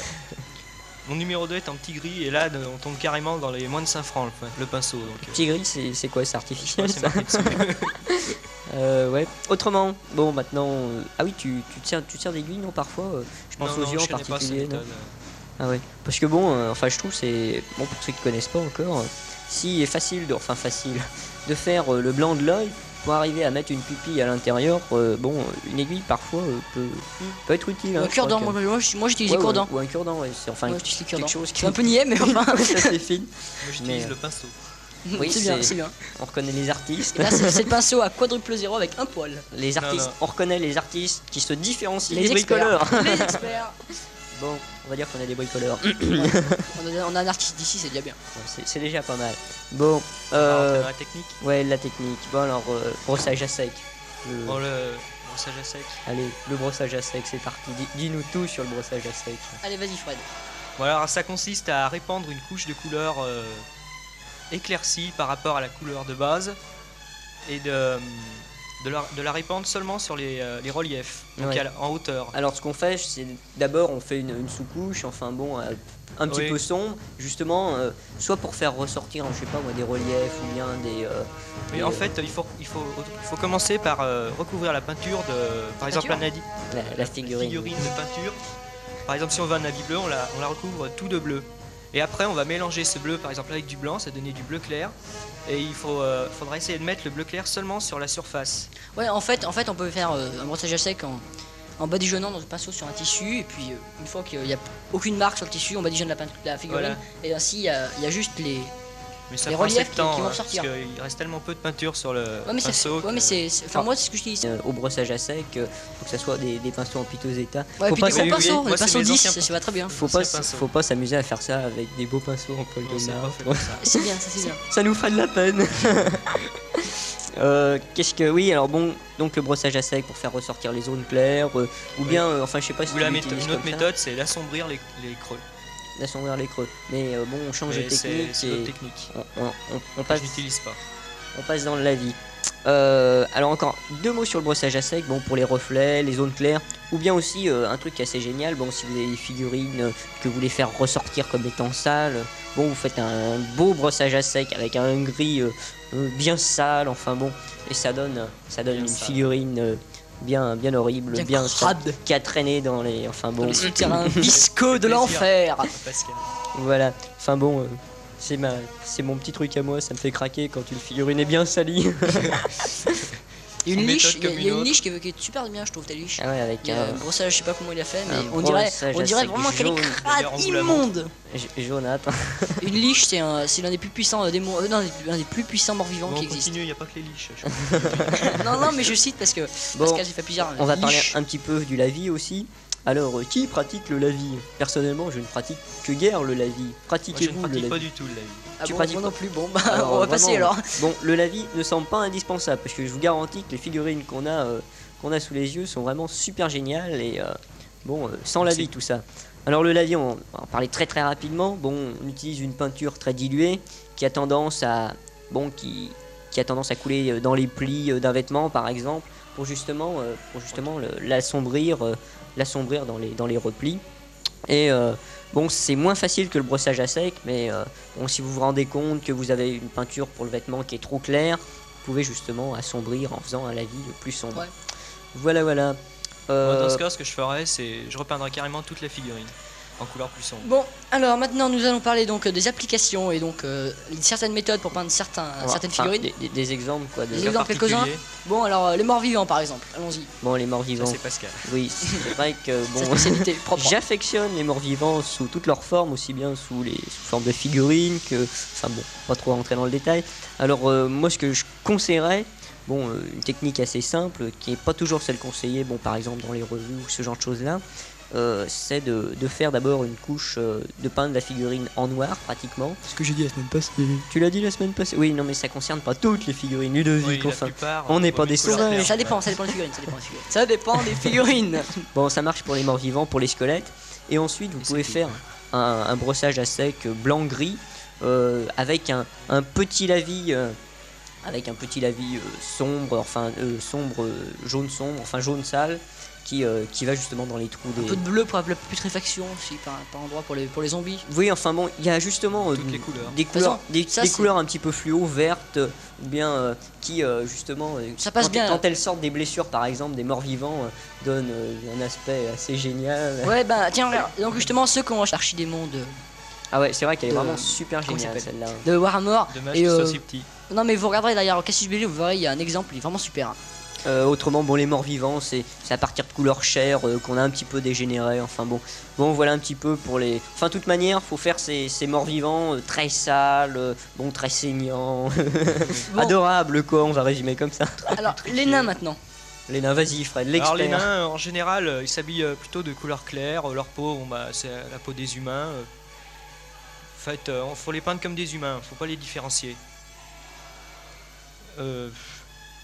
[SPEAKER 3] mon numéro 2 est en petit gris, et là, de- on tombe carrément dans les moins de 5 francs le, le pinceau. Donc, euh,
[SPEAKER 2] Petit gris, c'est c'est quoi C'est
[SPEAKER 3] je sais pas,
[SPEAKER 2] artificiel
[SPEAKER 3] c'est
[SPEAKER 2] ça
[SPEAKER 3] marqué dessus.
[SPEAKER 2] Euh, Ouais. Autrement, bon, maintenant. euh, Ah oui, tu, tu tiens, tu tiens d'aiguille, non, parfois euh, Je pense
[SPEAKER 3] Non, non,
[SPEAKER 2] aux yeux en
[SPEAKER 3] je connais pas cette
[SPEAKER 2] particulier. non
[SPEAKER 3] méthode.
[SPEAKER 2] Ah ouais. Parce que bon, euh, enfin je trouve c'est bon pour ceux qui connaissent pas encore. euh, si est facile de, enfin facile de faire euh, le blanc de l'œil pour arriver à mettre une pupille à l'intérieur, euh, bon euh, une aiguille parfois euh, peut,
[SPEAKER 3] Hmm.
[SPEAKER 2] peut être utile. hein,
[SPEAKER 1] Un
[SPEAKER 2] je crois
[SPEAKER 1] cure-dent,
[SPEAKER 2] que-
[SPEAKER 1] moi, moi, je- moi j'utilise les
[SPEAKER 2] Ouais, ou un-
[SPEAKER 1] cure-dents.
[SPEAKER 2] Ou un cure-dent, ouais, c'est enfin
[SPEAKER 1] Moi j'utilise les
[SPEAKER 2] quelque
[SPEAKER 1] cure-dents.
[SPEAKER 2] chose qui
[SPEAKER 1] C'est un peu niais, mais enfin.
[SPEAKER 2] ça c'est fine.
[SPEAKER 3] Moi,
[SPEAKER 2] Mais,
[SPEAKER 3] j'utilise
[SPEAKER 2] euh,
[SPEAKER 3] le pinceau.
[SPEAKER 2] Oui,
[SPEAKER 1] c'est bien,
[SPEAKER 2] c'est-
[SPEAKER 1] c'est bien.
[SPEAKER 2] On reconnaît les artistes.
[SPEAKER 1] Et là, c'est c'est le pinceau à quadruple zéro avec un poil.
[SPEAKER 2] Les artistes,
[SPEAKER 3] non.
[SPEAKER 2] on reconnaît les artistes qui se différencient
[SPEAKER 1] Les
[SPEAKER 2] des
[SPEAKER 1] experts.
[SPEAKER 2] bricoleurs.
[SPEAKER 1] Les experts
[SPEAKER 2] Bon, on va dire qu'on est des bricoleurs.
[SPEAKER 1] Mm. on, a, on a un artiste d'ici, c'est déjà bien.
[SPEAKER 2] C'est c'est déjà pas mal. Bon,
[SPEAKER 3] Alors, t'as
[SPEAKER 2] euh,
[SPEAKER 3] dans la technique,
[SPEAKER 2] ouais la technique. Bon alors euh, brossage à sec. Je-
[SPEAKER 3] bon, le brossage à sec.
[SPEAKER 2] Allez, le brossage à sec, c'est parti. Dis- Dis-nous tout sur le brossage à sec.
[SPEAKER 1] Allez, vas-y, Fred.
[SPEAKER 3] Bon, alors, ça consiste à répandre une couche de couleur euh, éclaircie par rapport à la couleur de base et de, de, la, de la répandre seulement sur les, euh, les reliefs, donc
[SPEAKER 2] Ouais.
[SPEAKER 3] à la- en hauteur.
[SPEAKER 2] Alors, ce qu'on fait, c'est d'abord on fait une, une sous-couche, enfin bon, euh, un petit
[SPEAKER 3] Oui.
[SPEAKER 2] peu sombre, justement, euh, soit pour faire ressortir, je sais pas moi, des reliefs ou bien des. euh,
[SPEAKER 3] Mais
[SPEAKER 2] des,
[SPEAKER 3] en
[SPEAKER 2] euh,
[SPEAKER 3] fait, il faut, il faut, il faut commencer par euh, recouvrir la peinture de, par exemple, un habit,
[SPEAKER 2] Euh, la, la figurine.
[SPEAKER 3] de peinture. Par exemple, si on veut un habit bleu, on la, on la recouvre tout de bleu. Et après, on va mélanger ce bleu, par exemple, avec du blanc, ça donner du bleu clair. Et il faut, euh, faudra essayer de mettre le bleu clair seulement sur la surface.
[SPEAKER 1] Ouais, en fait, en fait, on peut faire euh, un brossage à sec en, en badigeonnant dans un pinceau sur un tissu, et puis euh, une fois qu'il n'y a aucune marque sur le tissu, on badigeonne la, peinture- la figurine,
[SPEAKER 3] Voilà.
[SPEAKER 1] et ainsi il y, a- il y a juste les.
[SPEAKER 3] Mais ça
[SPEAKER 1] Les
[SPEAKER 3] prend assez
[SPEAKER 1] reliefs
[SPEAKER 3] de
[SPEAKER 1] qui-
[SPEAKER 3] temps,
[SPEAKER 1] qui vont
[SPEAKER 3] hein,
[SPEAKER 1] sortir.
[SPEAKER 3] parce qu'il reste tellement peu de peinture sur le
[SPEAKER 1] Ouais, mais, ça-
[SPEAKER 3] pinceau.
[SPEAKER 1] ouais,
[SPEAKER 3] euh, que-
[SPEAKER 1] mais c'est. c'est- Enfin, moi, c'est ce que je dis.
[SPEAKER 2] Euh, au brossage à sec, euh, faut que ça soit des, des pinceaux en piteux état.
[SPEAKER 1] Ouais,
[SPEAKER 2] faut
[SPEAKER 1] puis
[SPEAKER 2] pas
[SPEAKER 1] des gros
[SPEAKER 2] s'amuser-
[SPEAKER 1] pinceaux,
[SPEAKER 3] moi,
[SPEAKER 1] les
[SPEAKER 3] c'est
[SPEAKER 1] pinceaux
[SPEAKER 3] mes
[SPEAKER 1] 10,
[SPEAKER 3] anciens
[SPEAKER 1] ça va très bien.
[SPEAKER 2] faut
[SPEAKER 3] anciens
[SPEAKER 2] pas, s-
[SPEAKER 3] pinceaux.
[SPEAKER 2] faut pas s'amuser à faire ça avec des beaux pinceaux en poil
[SPEAKER 3] Non,
[SPEAKER 2] de
[SPEAKER 3] c'est
[SPEAKER 2] marbre.
[SPEAKER 3] pas fait comme ça.
[SPEAKER 1] C'est bien, ça c'est bien.
[SPEAKER 2] Ça nous fera de la peine. Euh, Qu'est-ce que oui alors bon donc le brossage à sec pour faire ressortir les zones claires euh, ou
[SPEAKER 3] Oui.
[SPEAKER 2] bien euh, enfin je sais pas si
[SPEAKER 3] Ou
[SPEAKER 2] tu
[SPEAKER 3] la méthode-
[SPEAKER 2] l'utilises
[SPEAKER 3] une autre
[SPEAKER 2] comme ça,
[SPEAKER 3] méthode, c'est d'assombrir les, les creux.
[SPEAKER 2] d'assombrir les creux mais euh, bon on change
[SPEAKER 3] Mais
[SPEAKER 2] de
[SPEAKER 3] c'est
[SPEAKER 2] technique
[SPEAKER 3] c'est notre
[SPEAKER 2] et
[SPEAKER 3] technique.
[SPEAKER 2] on, on- on- on
[SPEAKER 3] Je
[SPEAKER 2] passe
[SPEAKER 3] n'utilise pas.
[SPEAKER 2] on passe dans la vie Euh, alors encore deux mots sur le brossage à sec bon pour les reflets les zones claires ou bien aussi euh, un truc assez génial bon si vous avez des figurines euh, que vous voulez faire ressortir comme étant sales bon vous faites un beau brossage à sec avec un gris euh, euh, bien sale enfin bon et ça donne ça donne
[SPEAKER 3] Bien
[SPEAKER 2] une
[SPEAKER 3] sale.
[SPEAKER 2] figurine euh, bien bien horrible
[SPEAKER 1] Bien
[SPEAKER 2] bien,
[SPEAKER 1] crade.
[SPEAKER 2] sale, qui a traîné dans les enfin
[SPEAKER 1] Dans
[SPEAKER 2] bon
[SPEAKER 1] les souterrains visqueux de
[SPEAKER 3] plaisir.
[SPEAKER 1] l'enfer.
[SPEAKER 3] Pascal.
[SPEAKER 2] voilà enfin bon euh, c'est ma c'est mon petit truc à moi ça me fait craquer quand une figurine est bien salie
[SPEAKER 1] Il y a une
[SPEAKER 3] Une
[SPEAKER 1] niche,
[SPEAKER 3] méthode
[SPEAKER 1] il y a-
[SPEAKER 3] comme
[SPEAKER 1] il y a une
[SPEAKER 3] une autre.
[SPEAKER 1] niche qui est qui est super bien, je trouve, ta niche.
[SPEAKER 2] ah ouais avec
[SPEAKER 1] Il y a
[SPEAKER 2] un-
[SPEAKER 1] un brossage, euh, je sais pas comment il a fait, mais
[SPEAKER 2] un
[SPEAKER 1] on dirait,
[SPEAKER 2] brossage
[SPEAKER 1] on
[SPEAKER 2] à
[SPEAKER 1] dirait
[SPEAKER 2] sec
[SPEAKER 1] vraiment qu'elle est
[SPEAKER 2] jaune.
[SPEAKER 1] crade,
[SPEAKER 3] D'ailleurs, on vous la montre.
[SPEAKER 1] immonde.
[SPEAKER 2] J- Jonathan.
[SPEAKER 1] Une liche, c'est un, c'est l'un des plus puissants euh, démons, euh, non, l'un des plus puissants morts-vivants
[SPEAKER 3] Bon,
[SPEAKER 1] qui
[SPEAKER 3] on
[SPEAKER 1] existe.
[SPEAKER 3] continue, il n'y a pas que les liches. je
[SPEAKER 1] non, non, mais je cite parce que
[SPEAKER 2] Bon,
[SPEAKER 1] Pascal, j'ai fait plusieurs. euh,
[SPEAKER 2] on va parler
[SPEAKER 1] liches.
[SPEAKER 2] un petit peu du lavis aussi. Alors, euh, qui pratique le lavis Personnellement, je ne pratique que guère le lavis.
[SPEAKER 3] Moi, je ne
[SPEAKER 2] Pratiquez-vous le
[SPEAKER 3] pratique pas
[SPEAKER 2] lavis
[SPEAKER 3] du tout le lavis.
[SPEAKER 1] Ah
[SPEAKER 2] tu
[SPEAKER 1] bon,
[SPEAKER 2] pratiques
[SPEAKER 1] moi
[SPEAKER 2] pas.
[SPEAKER 1] non plus. Bon, bah,
[SPEAKER 2] Alors,
[SPEAKER 1] on va
[SPEAKER 2] vraiment,
[SPEAKER 1] passer alors.
[SPEAKER 2] Bon, le lavis ne semble pas indispensable parce que je vous garantis que les figurines qu'on a, euh, qu'on a sous les yeux sont vraiment super géniales et euh, bon, euh, sans
[SPEAKER 3] Merci.
[SPEAKER 2] lavis tout ça. Alors, le lavis, on va en parler très très rapidement. Bon, on utilise une peinture très diluée qui a tendance à, bon, qui, qui a tendance à couler euh, dans les plis euh, d'un vêtement par exemple pour justement euh, pour justement le- l'assombrir euh, l'assombrir dans les dans les replis et euh, bon c'est moins facile que le brossage à sec mais euh, bon, si vous vous rendez compte que vous avez une peinture pour le vêtement qui est trop claire vous pouvez justement assombrir en faisant un lavis plus sombre
[SPEAKER 1] Ouais.
[SPEAKER 2] voilà voilà
[SPEAKER 3] Moi,
[SPEAKER 2] Euh,
[SPEAKER 3] dans ce cas, ce que je ferais, c'est je repeindrais carrément toute la figurine. en couleur plus sombre.
[SPEAKER 1] Bon, alors maintenant nous allons parler donc euh, des applications et donc euh, certaines méthodes pour peindre certains,
[SPEAKER 2] Voilà.
[SPEAKER 1] certaines
[SPEAKER 2] Enfin,
[SPEAKER 1] figurines.
[SPEAKER 2] des, des- des exemples quoi. de-
[SPEAKER 1] Des exemples, quelques-uns.
[SPEAKER 3] particulier,
[SPEAKER 1] Bon, alors euh, les morts vivants par exemple, allons-y.
[SPEAKER 2] Bon, les morts
[SPEAKER 3] ça,
[SPEAKER 2] vivants.
[SPEAKER 3] c'est Pascal.
[SPEAKER 2] Oui, c'est vrai que
[SPEAKER 1] Sa
[SPEAKER 2] bon.
[SPEAKER 1] spécialité propre.
[SPEAKER 2] J'affectionne les morts vivants sous toutes leurs formes, aussi bien sous les sous forme de figurines que. Enfin bon, pas trop rentrer dans le détail. Alors, euh, moi, ce que je conseillerais, bon, euh, une technique assez simple, qui n'est pas toujours celle conseillée, bon, par exemple dans les revues ou ce genre de choses-là, euh, c'est de, de faire d'abord une couche, euh, de peindre la figurine en noir pratiquement.
[SPEAKER 4] Ce que j'ai dit la semaine passée.
[SPEAKER 2] Tu l'as dit la semaine passée Oui, non, mais ça concerne pas toutes les figurines, Ludovic,
[SPEAKER 3] Oui, la
[SPEAKER 2] enfin.
[SPEAKER 3] plupart,
[SPEAKER 2] on
[SPEAKER 3] euh,
[SPEAKER 2] n'est pas
[SPEAKER 3] vaut mieux
[SPEAKER 2] des
[SPEAKER 3] couleur
[SPEAKER 2] sauvages.
[SPEAKER 3] claire.
[SPEAKER 1] Ça dépend, ça dépend des figurines, ça dépend des figurines. Ça dépend des figurines.
[SPEAKER 2] Bon, ça marche pour les morts vivants, pour les squelettes. Et ensuite, vous
[SPEAKER 3] Et c'est
[SPEAKER 2] pouvez
[SPEAKER 3] tout.
[SPEAKER 2] faire un, un brossage à sec euh, blanc-gris euh, avec un, un petit lavis. euh, avec un petit lavis euh, sombre, enfin euh, sombre, euh, jaune sombre, enfin jaune sale, qui, euh, qui va justement dans les trous
[SPEAKER 1] Un
[SPEAKER 2] des.
[SPEAKER 1] peu de bleu pour la putréfaction aussi, par, par endroit pour les, pour les zombies.
[SPEAKER 2] Oui, enfin bon, il y a justement euh,
[SPEAKER 3] Toutes les couleurs.
[SPEAKER 2] des couleurs, des,
[SPEAKER 1] ça,
[SPEAKER 2] des
[SPEAKER 1] c'est-
[SPEAKER 2] couleurs un petit peu fluo, vertes, euh, ou bien euh, qui euh, justement, euh,
[SPEAKER 1] Ça passe
[SPEAKER 2] quand,
[SPEAKER 1] bien. hein.
[SPEAKER 2] quand elles sortent des blessures par exemple, des morts vivants, euh, donnent euh, un aspect assez génial.
[SPEAKER 1] Ouais, bah tiens, regarde. Donc justement, ceux qui ont acheté l'archidémon de,
[SPEAKER 2] Ah ouais, c'est vrai qu'elle est
[SPEAKER 1] De-
[SPEAKER 2] vraiment super
[SPEAKER 1] comment il
[SPEAKER 2] géniale
[SPEAKER 1] s'appelle
[SPEAKER 2] celle-là.
[SPEAKER 1] euh,
[SPEAKER 2] hein.
[SPEAKER 1] de Warhammer.
[SPEAKER 3] Dommage
[SPEAKER 1] et,
[SPEAKER 3] qu'il soit
[SPEAKER 1] euh,
[SPEAKER 3] si petit.
[SPEAKER 1] Non, mais vous regarderez derrière Cassius Belli, vous verrez, il y a un exemple, il est vraiment super. hein.
[SPEAKER 2] Euh, autrement, bon, les morts vivants, c'est c'est à partir de couleur chair euh, qu'on a un petit peu dégénéré. Enfin bon, bon, voilà un petit peu pour les. Enfin, toute manière, faut faire ces, ces morts vivants euh, très sales, euh, bon, très saignants,
[SPEAKER 1] Bon,
[SPEAKER 2] adorables quoi. On va résumer comme ça.
[SPEAKER 1] alors, les nains maintenant.
[SPEAKER 2] Les nains, vas-y, Fred,
[SPEAKER 3] Alors les
[SPEAKER 2] l'expert.
[SPEAKER 3] nains, en général, euh, ils s'habillent euh, plutôt de couleur claire. Euh, Leur peau, bon, bah, c'est la peau des humains. euh. En fait, euh, on- faut les peindre comme des humains. Faut pas les différencier. Euh,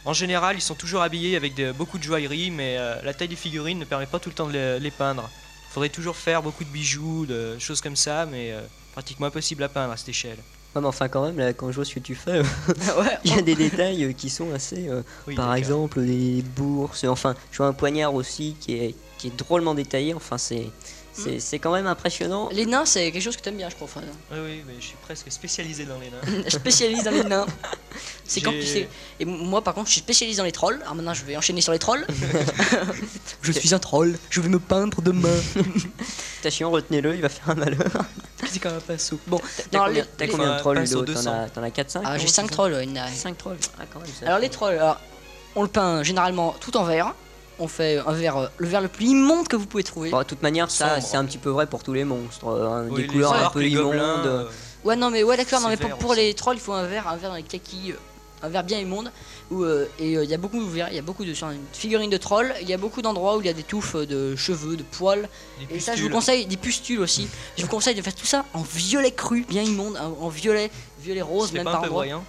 [SPEAKER 3] en général, ils sont toujours habillés avec de- beaucoup de joaillerie, mais euh, la taille des figurines ne permet pas tout le temps de les, les peindre. Faudrait toujours faire beaucoup de bijoux, de choses comme ça, mais euh, pratiquement impossible à peindre à cette échelle.
[SPEAKER 2] Ouais, mais enfin, quand même, là, quand je vois ce que tu fais, euh,
[SPEAKER 1] ouais,
[SPEAKER 2] il y a des détails euh, qui sont assez. euh,
[SPEAKER 3] Oui,
[SPEAKER 2] Par
[SPEAKER 3] d'accord.
[SPEAKER 2] exemple, des bourses, enfin, je vois un poignard aussi qui est, qui est drôlement détaillé. Enfin, c'est. c'est-
[SPEAKER 3] Hmm.
[SPEAKER 2] C'est quand même impressionnant.
[SPEAKER 1] Les nains, c'est quelque chose que t'aimes bien, je crois. Fred.
[SPEAKER 3] Oui, euh, oui, mais je suis presque spécialisé dans les nains.
[SPEAKER 1] spécialiste dans les nains. C'est
[SPEAKER 3] J'ai-
[SPEAKER 1] compliqué. Et m- moi, par contre, je suis spécialiste dans les trolls. Alors maintenant, je vais enchaîner sur les trolls.
[SPEAKER 4] Je suis un troll, je vais me peindre demain.
[SPEAKER 2] Attention, retenez-le, il va faire un malheur.
[SPEAKER 4] C'est quand même pas souple.
[SPEAKER 1] Bon,
[SPEAKER 2] T'as
[SPEAKER 1] non,
[SPEAKER 2] combien,
[SPEAKER 1] les-
[SPEAKER 2] t'as
[SPEAKER 1] les-
[SPEAKER 2] combien
[SPEAKER 3] Enfin,
[SPEAKER 2] de trolls,
[SPEAKER 3] pinceau
[SPEAKER 2] Ludo T'en
[SPEAKER 3] 200.
[SPEAKER 2] as, t'en as 4, 5
[SPEAKER 1] Ah, j'ai 5 trolls. ouais, il y en a-
[SPEAKER 2] 5 trolls Ah, quand même, ça.
[SPEAKER 1] Alors, les trolls, alors, on le peint généralement tout en vert. On fait un vert, euh, le vert le plus immonde que vous pouvez trouver.
[SPEAKER 2] Bon, de toute manière, ça,
[SPEAKER 3] Sombre.
[SPEAKER 2] c'est un petit peu vrai pour tous les monstres. hein, des
[SPEAKER 3] Oui, les
[SPEAKER 2] couleurs un
[SPEAKER 3] orques,
[SPEAKER 2] peu
[SPEAKER 3] les
[SPEAKER 2] immondes.
[SPEAKER 3] gobelins, euh,
[SPEAKER 1] Ouais, non, mais ouais, d'accord, non,
[SPEAKER 3] C'est
[SPEAKER 1] mais pour,
[SPEAKER 3] vert
[SPEAKER 1] pour
[SPEAKER 3] aussi.
[SPEAKER 1] les trolls, il faut un verre, un verre dans les kakis, euh, un verre bien immonde. Où, euh, et euh, il y a beaucoup de verres, il y a beaucoup de sur une figurine de troll, il y a beaucoup d'endroits où il y a des touffes de cheveux, de poils.
[SPEAKER 3] des
[SPEAKER 1] Et ça, je vous
[SPEAKER 3] pustules.
[SPEAKER 1] conseille, des pustules aussi. Je vous conseille de faire tout ça en violet cru, bien immonde, en en violet, violet rose,
[SPEAKER 3] C'est
[SPEAKER 1] même
[SPEAKER 3] pas
[SPEAKER 1] par
[SPEAKER 3] un peu
[SPEAKER 1] endroits.
[SPEAKER 3] voyant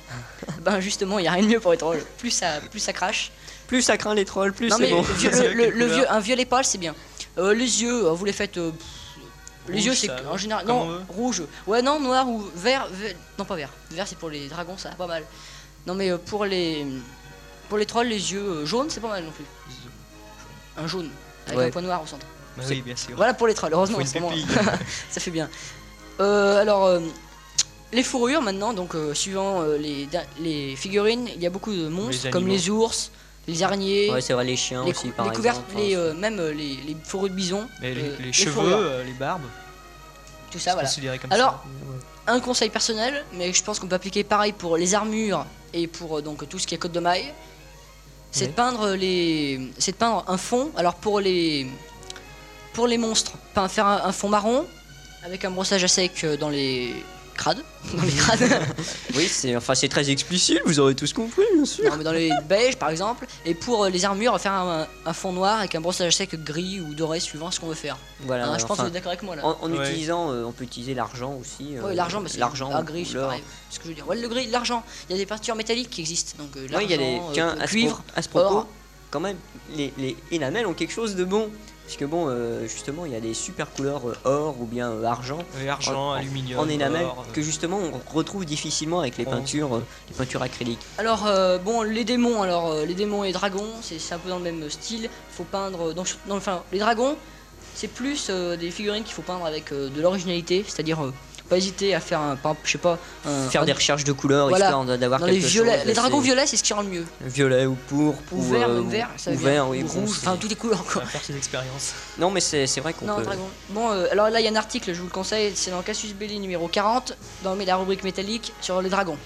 [SPEAKER 1] Ben justement, il y a rien de mieux pour les trolls. Plus ça, plus ça crache.
[SPEAKER 2] Plus ça craint les trolls, plus
[SPEAKER 1] non,
[SPEAKER 2] c'est
[SPEAKER 1] mais
[SPEAKER 2] bon.
[SPEAKER 1] le vieux- le,
[SPEAKER 3] C'est vrai
[SPEAKER 1] le-
[SPEAKER 3] que
[SPEAKER 1] le
[SPEAKER 3] les
[SPEAKER 1] vieux, un violet pâle, c'est bien. Euh, les yeux, euh, vous les faites. euh, pff, les
[SPEAKER 3] Rouge,
[SPEAKER 1] yeux, c'est
[SPEAKER 3] ça,
[SPEAKER 1] en général.
[SPEAKER 3] comme on
[SPEAKER 1] non,
[SPEAKER 3] veut.
[SPEAKER 1] rouge. Ouais, non, noir ou vert. ve- non, pas vert. Vert, c'est pour les dragons, ça, pas mal. Non, mais euh, pour les. Pour les trolls, les yeux euh, jaunes, c'est pas mal non plus. Un jaune, avec
[SPEAKER 2] Ouais.
[SPEAKER 1] un point noir au centre.
[SPEAKER 3] Bah
[SPEAKER 2] C'est-
[SPEAKER 3] oui, bien sûr.
[SPEAKER 1] Voilà pour les trolls, heureusement,
[SPEAKER 3] Faut une
[SPEAKER 1] c'est pour moi.
[SPEAKER 3] pupille.
[SPEAKER 1] Ça fait bien. Euh, alors, euh, les fourrures maintenant, donc euh, suivant euh, les, da- les figurines, il y a beaucoup de monstres comme
[SPEAKER 3] animaux.
[SPEAKER 1] les ours, les araignées,
[SPEAKER 2] Ouais, c'est vrai, les chiens
[SPEAKER 1] les,
[SPEAKER 2] Hein, aussi,
[SPEAKER 1] cou-
[SPEAKER 2] par
[SPEAKER 1] les couvertes,
[SPEAKER 2] exemple. hein,
[SPEAKER 1] les, euh, même euh, les, les fourrures de bison,
[SPEAKER 3] Mais
[SPEAKER 1] euh,
[SPEAKER 3] les, les
[SPEAKER 1] fourrures,
[SPEAKER 3] cheveux, euh, les barbes,
[SPEAKER 1] tout
[SPEAKER 3] c'est
[SPEAKER 1] ça, voilà.
[SPEAKER 3] considéré comme
[SPEAKER 1] Alors,
[SPEAKER 3] ça.
[SPEAKER 1] un conseil personnel, mais je pense qu'on peut appliquer pareil pour les armures et pour euh, donc tout ce qui est côte de maille, c'est de
[SPEAKER 2] Ouais.
[SPEAKER 1] peindre les, c'est de peindre un fond. Alors pour les, pour les monstres, pein- faire un, un fond marron avec un brossage à sec euh, dans les crades, dans les crades,
[SPEAKER 2] Oui, c'est enfin, c'est très explicite, vous aurez tous compris, bien sûr.
[SPEAKER 1] non, mais dans les beiges par exemple. Et pour euh, les armures, faire un, un fond noir avec un brossage à sec gris ou doré suivant ce qu'on veut faire.
[SPEAKER 2] Voilà,
[SPEAKER 1] Hein, je pense que
[SPEAKER 2] Ah enfin,
[SPEAKER 1] vous êtes d'accord avec moi là.
[SPEAKER 2] en, en
[SPEAKER 3] Ouais.
[SPEAKER 2] utilisant, euh, on peut utiliser l'argent aussi. euh,
[SPEAKER 1] Ouais, l'argent, mais c'est
[SPEAKER 2] l'argent,
[SPEAKER 1] ah,
[SPEAKER 2] ou
[SPEAKER 1] gris, c'est
[SPEAKER 2] couleur.
[SPEAKER 1] pareil. C'est Ce que je veux dire. Ouais, le gris, l'argent. Il y a des peintures métalliques qui existent. Donc, euh,
[SPEAKER 2] Ouais, il y a des.
[SPEAKER 1] l'argent, euh,
[SPEAKER 2] Tiens, à ce,
[SPEAKER 1] cuivre.
[SPEAKER 2] pro- à ce propos,
[SPEAKER 1] or.
[SPEAKER 2] quand même, les, les énamels ont quelque chose de bon. Parce que bon, euh, justement, il y a des super couleurs euh, or ou bien euh, argent
[SPEAKER 3] Oui, argent,
[SPEAKER 2] en-
[SPEAKER 3] aluminium,
[SPEAKER 2] en énamel
[SPEAKER 3] or, euh, Oh.
[SPEAKER 2] que justement on retrouve difficilement avec les
[SPEAKER 3] bronze.
[SPEAKER 2] peintures, euh, les peintures acryliques.
[SPEAKER 1] Alors, euh, bon, les démons, alors, euh, les démons et dragons, c'est c'est un peu dans le même style. Faut peindre. euh, Dans, dans- enfin, les dragons, c'est plus euh, des figurines qu'il faut peindre avec euh, de l'originalité, c'est-à-dire. euh, pas hésiter à faire un, par exemple, je sais pas, un,
[SPEAKER 2] Faire
[SPEAKER 1] un-
[SPEAKER 2] des recherches de couleurs
[SPEAKER 1] Voilà.
[SPEAKER 2] histoire d'a- d'avoir
[SPEAKER 1] dans
[SPEAKER 2] quelque
[SPEAKER 1] les violets,
[SPEAKER 2] chose.
[SPEAKER 1] les dragons
[SPEAKER 2] d'assez-
[SPEAKER 1] violets, c'est ce qui rend le mieux.
[SPEAKER 2] Violet ou pourpre
[SPEAKER 1] Ou vert,
[SPEAKER 2] euh,
[SPEAKER 1] même vert, ça
[SPEAKER 2] ou
[SPEAKER 1] vient-
[SPEAKER 2] vert, oui,
[SPEAKER 1] ou
[SPEAKER 2] bon,
[SPEAKER 1] rouge,
[SPEAKER 2] c'est-
[SPEAKER 1] enfin toutes les couleurs quoi.
[SPEAKER 3] On va faire ses expériences.
[SPEAKER 2] Non, mais c'est c'est vrai qu'on
[SPEAKER 1] Non,
[SPEAKER 2] peut.
[SPEAKER 1] dragon. Bon, euh, alors là, il y a un article, je vous le conseille, c'est dans Casus Belli numéro 40, dans la rubrique métallique sur les dragons.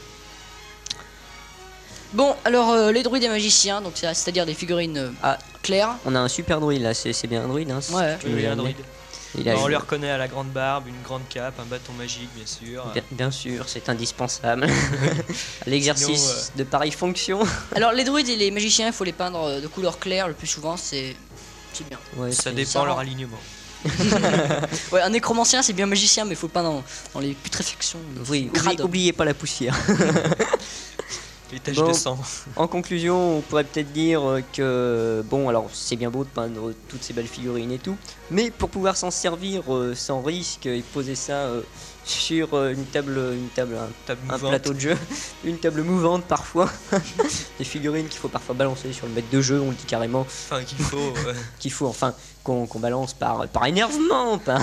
[SPEAKER 1] Bon, alors euh, les druides et magiciens, donc c'est- c'est-à-dire des figurines euh,
[SPEAKER 2] Ah.
[SPEAKER 1] claires.
[SPEAKER 2] On a un super druide là, c'est c'est bien un druide. Hein, si
[SPEAKER 1] Ouais.
[SPEAKER 2] tu
[SPEAKER 3] Oui,
[SPEAKER 2] nous
[SPEAKER 3] oui,
[SPEAKER 2] l'as
[SPEAKER 3] un
[SPEAKER 2] amené.
[SPEAKER 3] druide.
[SPEAKER 2] Il a
[SPEAKER 3] Bon, on
[SPEAKER 2] joué.
[SPEAKER 3] le reconnaît à la grande barbe, une grande cape, un bâton magique, bien sûr. Euh,
[SPEAKER 2] Bien, bien sûr, c'est indispensable. À L'exercice
[SPEAKER 3] euh,
[SPEAKER 2] de pareille fonction.
[SPEAKER 1] Alors les druides et les magiciens, il faut les peindre euh, de couleur claire le plus souvent, c'est c'est bien.
[SPEAKER 2] Ouais,
[SPEAKER 3] Ça
[SPEAKER 2] c'est-
[SPEAKER 3] dépend
[SPEAKER 1] ça
[SPEAKER 3] leur
[SPEAKER 1] rend-
[SPEAKER 3] alignement.
[SPEAKER 1] Ouais, un nécromancien, c'est bien magicien, mais faut pas dans, dans les putréfactions. euh,
[SPEAKER 2] Oui, oublie-
[SPEAKER 1] Crade.
[SPEAKER 2] oubliez pas la poussière.
[SPEAKER 3] Les taches
[SPEAKER 2] Bon.
[SPEAKER 3] de sang.
[SPEAKER 2] En conclusion, on pourrait peut-être dire euh, que, bon, alors c'est bien beau de peindre toutes ces belles figurines et tout, mais pour pouvoir s'en servir euh, sans risque et poser ça euh, sur euh, une table, une table, un,
[SPEAKER 3] Table
[SPEAKER 2] un
[SPEAKER 3] mouvante.
[SPEAKER 2] plateau de jeu, une table mouvante parfois, des figurines qu'il faut parfois balancer sur le maître de jeu, on le dit carrément,
[SPEAKER 3] Enfin, qu'il faut. euh,
[SPEAKER 2] qu'il faut enfin qu'on qu'on balance par, par énervement, par,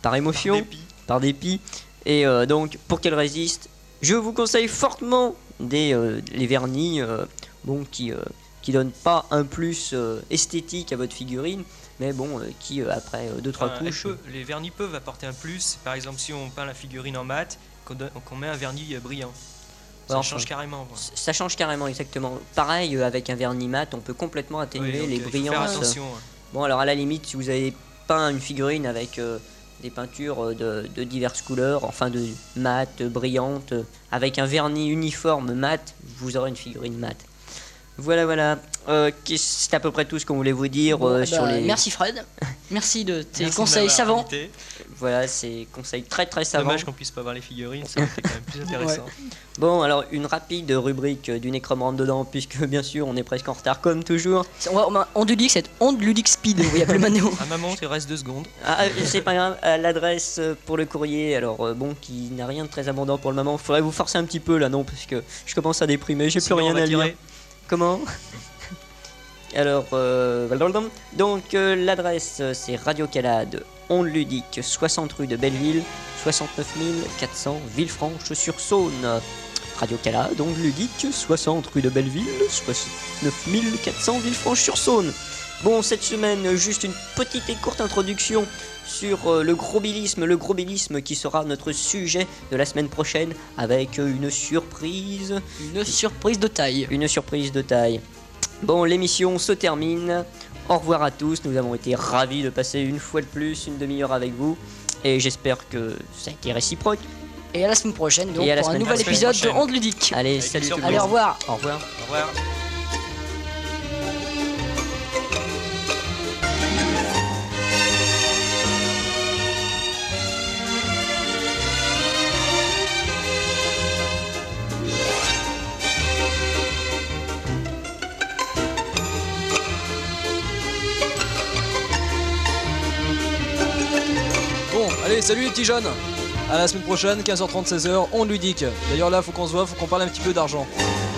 [SPEAKER 2] par émotion.
[SPEAKER 3] par dépit.
[SPEAKER 2] par dépit. Et euh, donc, pour qu'elle résiste, je vous conseille fortement des, euh, les vernis euh, bon, qui ne qui donnent pas un plus euh, esthétique à votre figurine, mais bon, euh, qui, euh, après 2-3
[SPEAKER 3] Enfin, Ah, elle
[SPEAKER 2] couches,
[SPEAKER 3] peut- les vernis peuvent apporter un plus. Par exemple, si on peint la figurine en mat, qu'on donne- qu'on met un vernis euh, brillant. Ça
[SPEAKER 2] Ouais,
[SPEAKER 3] change
[SPEAKER 2] enfin,
[SPEAKER 3] carrément. moi.
[SPEAKER 2] c- ça change carrément, exactement. Pareil, euh, avec un vernis mat, on peut complètement
[SPEAKER 3] Oui,
[SPEAKER 2] atténuer
[SPEAKER 3] donc,
[SPEAKER 2] les
[SPEAKER 3] euh, il faut Faire
[SPEAKER 2] brillances.
[SPEAKER 3] attention. hein.
[SPEAKER 2] Bon, alors à la limite, si vous avez peint une figurine avec euh, des peintures euh, de, de diverses couleurs, enfin de mat, euh, brillante, euh, avec un vernis uniforme mat, vous aurez une figurine mat. Voilà, voilà. Euh, qu'est-ce- c'est à peu près tout ce qu'on voulait vous dire
[SPEAKER 1] Bon,
[SPEAKER 2] euh,
[SPEAKER 1] bah,
[SPEAKER 2] sur les.
[SPEAKER 1] Merci Fred, merci de tes
[SPEAKER 3] Merci de
[SPEAKER 1] conseils
[SPEAKER 3] m'avoir
[SPEAKER 1] savants.
[SPEAKER 3] invité.
[SPEAKER 2] Voilà, ces conseils très très savants.
[SPEAKER 3] Dommage qu'on puisse pas voir les figurines, ça aurait été quand même plus intéressant.
[SPEAKER 2] Bon, alors une rapide rubrique euh, du Necromante dedans, puisque bien sûr on est presque en retard comme toujours.
[SPEAKER 1] C'est- On va, on va- onde ludique, c'est onde ludique speed, il y a plus Manéo.
[SPEAKER 3] À Ah, maman, il reste deux secondes.
[SPEAKER 2] Ah, euh, c'est pas grave, euh, l'adresse euh, pour le courrier, alors euh, bon, qui n'a rien de très abondant pour le moment, faudrait vous forcer un petit peu là, non, parce que je commence à déprimer, j'ai plus
[SPEAKER 3] Sinon, on
[SPEAKER 2] rien
[SPEAKER 3] va
[SPEAKER 2] à lire.
[SPEAKER 3] tirer.
[SPEAKER 2] Comment Alors, euh, blablabla. donc euh, l'adresse euh, c'est Radio Calade, Onde Ludique, 60 rue de Belleville, 69 400 Villefranche-sur-Saône. Radio Calade, Onde Ludique, 60 rue de Belleville, 69 400 Villefranche-sur-Saône. Bon, cette semaine, juste une petite et courte introduction sur euh, le grobilisme, le grobilisme qui sera notre sujet de la semaine prochaine avec euh, une surprise
[SPEAKER 1] Une surprise de taille.
[SPEAKER 2] une surprise de taille. Bon, l'émission se termine. Au revoir à tous. Nous avons été ravis de passer une fois de plus une demi-heure avec vous. Et j'espère que ça a été réciproque.
[SPEAKER 1] Et à la semaine prochaine, donc,
[SPEAKER 2] Et à la
[SPEAKER 1] pour un
[SPEAKER 2] semaine-
[SPEAKER 1] nouvel
[SPEAKER 3] à la semaine
[SPEAKER 1] épisode de
[SPEAKER 3] prochaine.
[SPEAKER 1] Onde ludique.
[SPEAKER 2] Allez,
[SPEAKER 3] Avec une
[SPEAKER 2] salut tout le
[SPEAKER 3] surprise.
[SPEAKER 1] Allez, au
[SPEAKER 2] monde.
[SPEAKER 1] revoir.
[SPEAKER 2] Au revoir.
[SPEAKER 3] Au revoir.
[SPEAKER 5] Bon, allez, salut les petits jeunes À la semaine prochaine, 15h30, 16h, on ludique. D'ailleurs là, faut qu'on se voit, faut qu'on parle un petit peu d'argent.